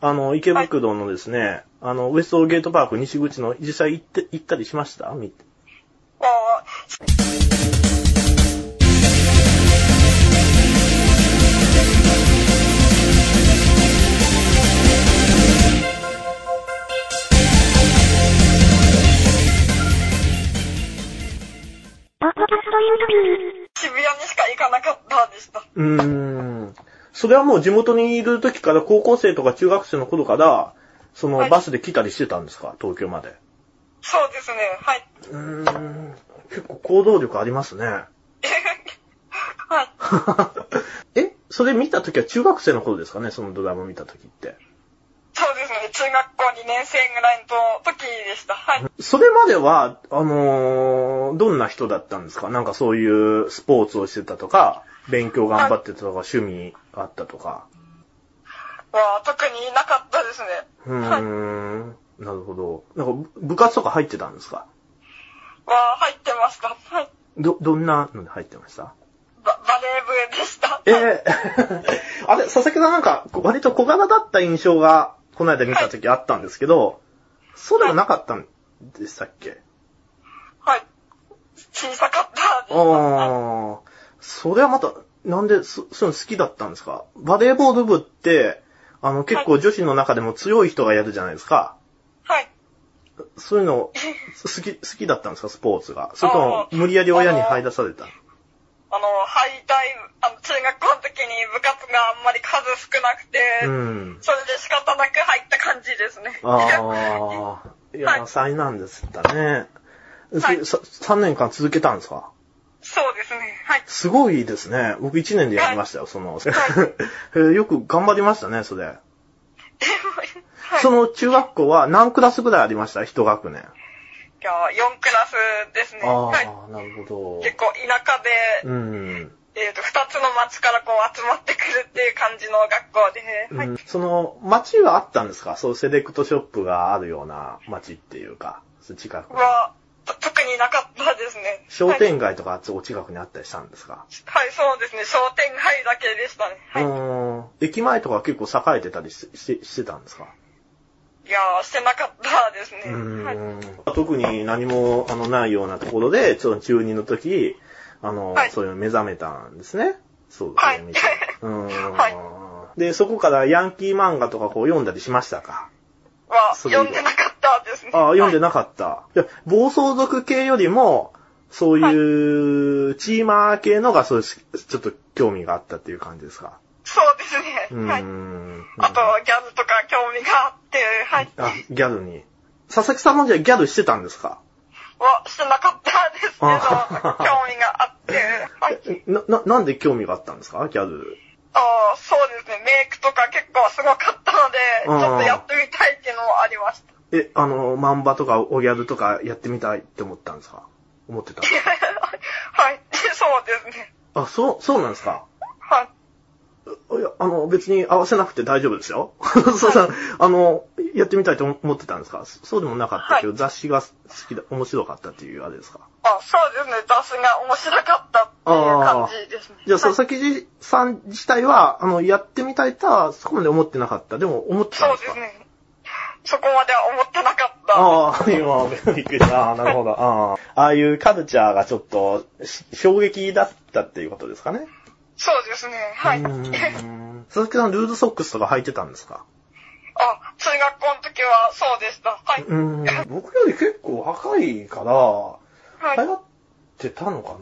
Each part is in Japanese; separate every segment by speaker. Speaker 1: あの、池袋のですね、あの、ウエストゲートパーク西口の実際行って、行ったりしました見て
Speaker 2: ああ、渋谷にしか行かなかったでした。
Speaker 1: うーん。それはもう地元にいる時から高校生とか中学生の頃から、そ
Speaker 2: は
Speaker 1: の
Speaker 2: い
Speaker 1: バスで来たりしてたんですか東京まで。
Speaker 2: そうですね、はい。
Speaker 1: うーん。結構行動力ありますね。
Speaker 2: はい。
Speaker 1: えそれ見た時は中学生の頃ですかねそのドラマ見た時って。
Speaker 2: そうですね、中学校2年生ぐらいの時でした。はい。
Speaker 1: それまでは、あのーどんな人だったんですかなんかそういうスポーツをしてたとか、勉強頑張ってたとか、趣味あったとか。
Speaker 2: は特にいなかったですね。
Speaker 1: うーん。なるほど。なんか部部活とか入ってたんですか
Speaker 2: は入ってました。はい。
Speaker 1: ど、どんなので入ってました
Speaker 2: ババレー部でした。
Speaker 1: ええ あれ、佐々木さんなんか、割と小柄だった印象が、この間見た時あったんですけど、そうでもなかったんでしたっけ
Speaker 2: はい。小さかったです。はい
Speaker 1: ああ、それはまた、なんで、そ、そういうの好きだったんですかバレーボール部って、あの、結構女子の中でも強い人がやるじゃないですか。
Speaker 2: はい。
Speaker 1: そういうの、好き、好きだったんですかスポーツが。それとも、
Speaker 2: あー
Speaker 1: 無理やり親に入らされた。
Speaker 2: あの、敗退、あの、中学校の時に部活があんまり数少なくて、
Speaker 1: うん。
Speaker 2: それで仕方なく入った感じですね。
Speaker 1: ああ、い
Speaker 2: は
Speaker 1: や、
Speaker 2: い
Speaker 1: 災難ですったね。
Speaker 2: はい
Speaker 1: 3年間続けたんですか
Speaker 2: そうですね。はい。
Speaker 1: すごいですね。僕1年でやりましたよ、その。
Speaker 2: い
Speaker 1: えー よく頑張りましたね、それ。
Speaker 2: はい。
Speaker 1: その中学校は何クラスぐらいありました一学年。
Speaker 2: いや4クラスですね。
Speaker 1: あ
Speaker 2: はい。
Speaker 1: あ、なるほど。
Speaker 2: 結構田舎で、
Speaker 1: うん。
Speaker 2: えっ、と、2つの町からこう集まってくるっていう感じの学校で、はい。
Speaker 1: うんその、街はあったんですかそう、セレクトショップがあるような街っていうか、そう近くに。
Speaker 2: は、と特になかったですね。
Speaker 1: 商店街とかあっちお近くにあったりしたんですか、
Speaker 2: はい、はい、そうですね。商店街だけでしたね。は
Speaker 1: う
Speaker 2: い。
Speaker 1: ーん。駅前とか結構栄えてたりしししてたんですか
Speaker 2: いやー、してなかったですね。
Speaker 1: う
Speaker 2: はい。
Speaker 1: ーん特に何もあのないようなところで、ちょっと中2の時、あの、
Speaker 2: はい
Speaker 1: そういうの目覚めたんですね。そうですね。
Speaker 2: はい
Speaker 1: 見てうーん、
Speaker 2: は
Speaker 1: で、そこからヤンキー漫画とかこう読んだりしましたか
Speaker 2: は、
Speaker 1: それ以外
Speaker 2: 読んでなかったですね。
Speaker 1: ああ、読んで
Speaker 2: な
Speaker 1: なかった。いや、暴走族系よりも、そういう、チーマー系のが、そういう、ちょっと興味があったっていう感じですか。
Speaker 2: そうです
Speaker 1: う
Speaker 2: ね。
Speaker 1: ー
Speaker 2: はい。
Speaker 1: ん。
Speaker 2: あと、ギャズとか興味があって、はい。
Speaker 1: あ、ギャルに。佐々木さんもじゃあギャルしてたんですか
Speaker 2: は、してなかったですけど、興
Speaker 1: あ
Speaker 2: 味があって、はい。
Speaker 1: な、な、なんで興味があったんですかギャル。
Speaker 2: あーそうですね。メイクとか結構すごかったので、ち
Speaker 1: うん
Speaker 2: ょっとやってみたいって いうのもありました。
Speaker 1: え、あの、マンバとかおギャルとかやってみたいって思ったんですか思ってた。
Speaker 2: はい。そうですね。
Speaker 1: あ、そう、そうなんですか
Speaker 2: はい。
Speaker 1: いや、あの、別に合わせなくて大丈夫ですよ。 そうそう。あの、やってみたいと思ってたんですかそそうでもなかったけど、雑誌が好きだ、面白かったっていうあれですか
Speaker 2: あ、そうですね。雑誌が面白かったっていう感じですね。
Speaker 1: じゃあ、
Speaker 2: はい
Speaker 1: 佐々木さん自体は、あの、やってみたいとは、そこまで思ってなかった。でも、思ってたん
Speaker 2: そう
Speaker 1: です
Speaker 2: で
Speaker 1: か
Speaker 2: すね。そこまでは思ってなかった。
Speaker 1: ああ、今、びっくりした。ああ、なるほど。 ああああいうカルチャーがちょっと、し衝撃だったっていうことですかね。
Speaker 2: そうですね。はい。
Speaker 1: う
Speaker 2: あ、
Speaker 1: ー
Speaker 2: 中学
Speaker 1: ん佐々木さん、ルーズソックスとか履いてたんですか
Speaker 2: 校の時はそうでした。はい。
Speaker 1: うーん。僕より結構若いから、
Speaker 2: はい。
Speaker 1: 流行ってたのか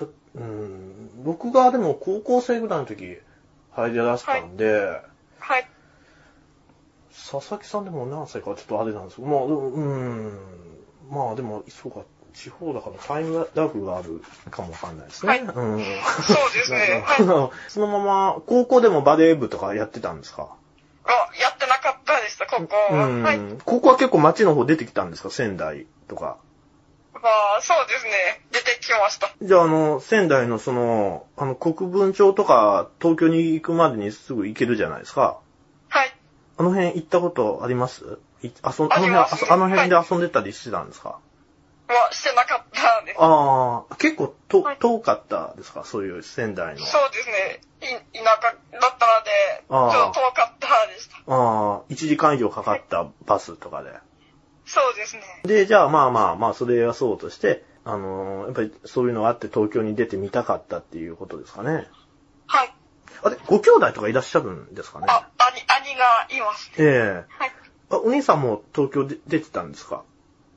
Speaker 1: なだうん僕がでも高校生ぐらいの時入り出したんで、
Speaker 2: はい。
Speaker 1: 佐々木さんでも何歳かちょっとあれなんですけど、まあ、でもうん、まあでも、そうか、地方だからタイムラグがあるかもわかんないですね。
Speaker 2: はい
Speaker 1: うん、
Speaker 2: そうで すね
Speaker 1: なるほどそのまま、高校でもバレー部とかやってたんですか
Speaker 2: あ、やってなかったでした、ここは。
Speaker 1: うん
Speaker 2: はい。
Speaker 1: 高校は結構街の方出てきたんですか仙台とか。
Speaker 2: まあ、そうですね。出てきました。
Speaker 1: じゃあ、あの、仙台のその、あの、国分町とか、東京に行くまでにすぐ行けるじゃないですか。
Speaker 2: はい。
Speaker 1: あの辺行ったことありますいあそあ
Speaker 2: あ
Speaker 1: の辺
Speaker 2: ります
Speaker 1: あそあの辺で遊んでたりしてたんですか、
Speaker 2: は、してなかったです。
Speaker 1: ああ、結構と、
Speaker 2: はい
Speaker 1: 遠かったですかそういう仙台の。
Speaker 2: そうですね。い、田舎だったので、ち
Speaker 1: あー
Speaker 2: ょっと遠かったでした。
Speaker 1: あ1時間以上かかったバスとかで。
Speaker 2: そうですね。
Speaker 1: で、じゃあまあまあまあ、それはそうとして、あのーやっぱりそういうのがあって東京に出てみたかったっていうことですかね。
Speaker 2: はい。
Speaker 1: あれ、ご兄弟とかいらっしゃるんですかね
Speaker 2: あ、兄、兄がいます。
Speaker 1: ええ
Speaker 2: はい。
Speaker 1: あお兄さんも東京で出てたんですか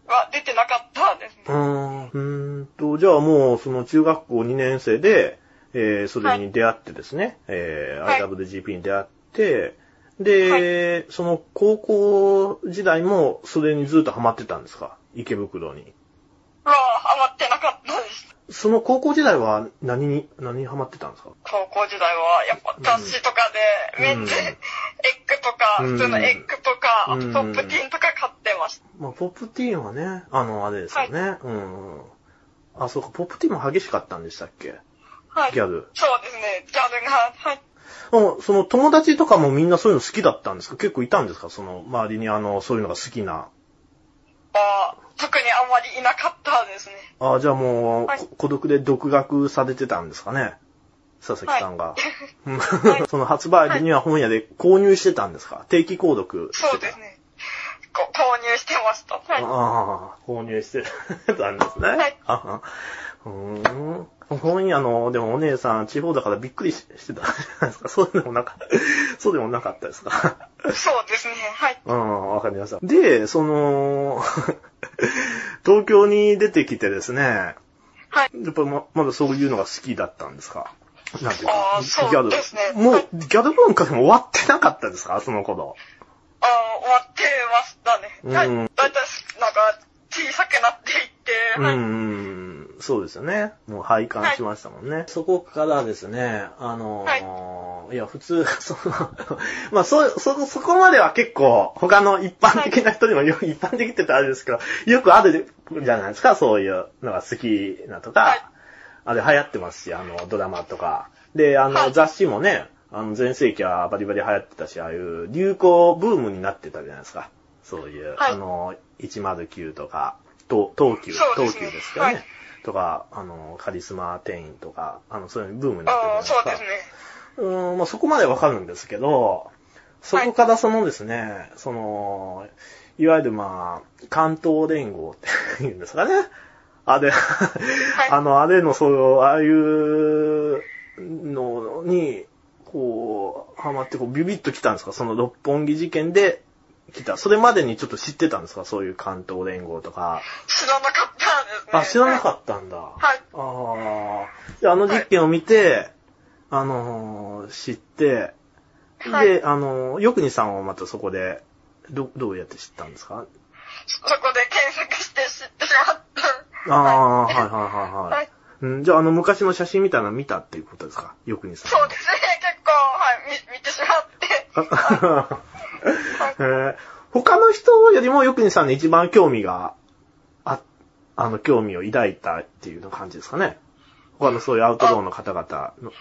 Speaker 2: は、出てなかったです
Speaker 1: う
Speaker 2: ね。
Speaker 1: ーんうーんと、じゃあもう、その中学校2年生で、えー、それに出会ってですね、え
Speaker 2: はい
Speaker 1: ー、IWGP に出会って、で、その高校時代もそれにずっとハマってたんですか池袋に。
Speaker 2: は、ハマってなかったです。
Speaker 1: その高校時代は何に、何にハマってたんですか
Speaker 2: 高校時代は、やっぱ雑誌とかで、メンズ、
Speaker 1: うん
Speaker 2: エッグとか、
Speaker 1: うん
Speaker 2: 普通のエッグとか、あと
Speaker 1: うん
Speaker 2: ポップティーンとか買ってました。
Speaker 1: まあ、ポップティーンはね、あの、あれですよね。うんうん。あ、そうか、ポップティーンも激しかったんでしたっけ
Speaker 2: はい。
Speaker 1: ギャル。
Speaker 2: そうですね、ギャルが、はい。
Speaker 1: うんその友達とかもみんなそういうの好きだったんですか結構いたんですかその周りにあの、そういうのが好きな。
Speaker 2: あ特にあんまりいなかったですね。
Speaker 1: ああ、じゃあもう、
Speaker 2: はい
Speaker 1: こ孤独で独学されてたんですかね佐々木さんが。 うん
Speaker 2: はい
Speaker 1: その発売日には本屋で購入してたんですか定期購読してた。
Speaker 2: そうですね。こ購入してました。はい。
Speaker 1: ああ、購入してたんですね。
Speaker 2: はい
Speaker 1: ああうーん。本屋の、でもお姉さん、地方だからびっくりししてたんじゃないですかそうでもなかった、そうでもなかったですか
Speaker 2: そうですね、はい。
Speaker 1: うん、わかりました。で、その、 東京に出てきてですね、や
Speaker 2: はい。
Speaker 1: っぱままだそういうのが好きだったんですかなんていうか、
Speaker 2: あーそうですね
Speaker 1: も、
Speaker 2: はいう
Speaker 1: ギャル文化でも終わってなかったですかその頃。
Speaker 2: あー終わってましたね。はい。
Speaker 1: うん
Speaker 2: だいたい、なんか、小さくなっていって、
Speaker 1: う
Speaker 2: はい。
Speaker 1: ん、そうですよね。もう拝観しましたもんね。そこからですね、あのーい、や、普通、その、 まあ、そ、そ、そこまでは結構、他の一般的な人にもよ、一般的って言ったらあれですけど、よくあるじゃないですか、そういうのが好きなとか、
Speaker 2: はい
Speaker 1: あれ流行ってますし、あの、ドラマとか。で、あの、
Speaker 2: はい
Speaker 1: 雑誌もね、あの、前世紀はバリバリ流行ってたし、ああいう流行ブームになってたじゃないですか。そういう、
Speaker 2: はい
Speaker 1: あの、109とか、と東急、
Speaker 2: そうで
Speaker 1: 東
Speaker 2: すね
Speaker 1: 急ですかね。
Speaker 2: はい
Speaker 1: とか、あの、カリスマ店員とか、あの、そういうブームになって
Speaker 2: あー
Speaker 1: るじ
Speaker 2: そ
Speaker 1: ゃ
Speaker 2: う
Speaker 1: な
Speaker 2: で
Speaker 1: いですす
Speaker 2: ね
Speaker 1: か。。うーん、まあ、そこまでわかるんですけど、そこからそのですね、その、いわゆるまあ、関東連合っていうんですかね。あれ、あの、あれの、そう、ああいうのに、こう、ハマって、こう、ビビッと来たんですかその六本木事件で来た。それまでにちょっと知ってたんですかそういう関東連合とか。
Speaker 2: 知らなかったですね。
Speaker 1: あ、知らな
Speaker 2: っ
Speaker 1: かったんだ。はい
Speaker 2: はい。
Speaker 1: ああ。で、あの実験を見て、あのー知って、
Speaker 2: た。はい。
Speaker 1: で、あのー、よくにさんをまたそこで、ど、どうやって知ったんですか
Speaker 2: そこで検索して知ってしまった。
Speaker 1: ああ、は
Speaker 2: はいい
Speaker 1: はいはいは
Speaker 2: はいい。
Speaker 1: うん、じゃあ、あの、昔の写真みたいなの見たっていうことですかよくにさん。
Speaker 2: そ うですね、結構、はい、見見てしまって。
Speaker 1: あえー他の人よりもよくにさんに一番興味が、あ、あの、興味を抱いたっていうような感じですかね他のそういうアウトドアの方々の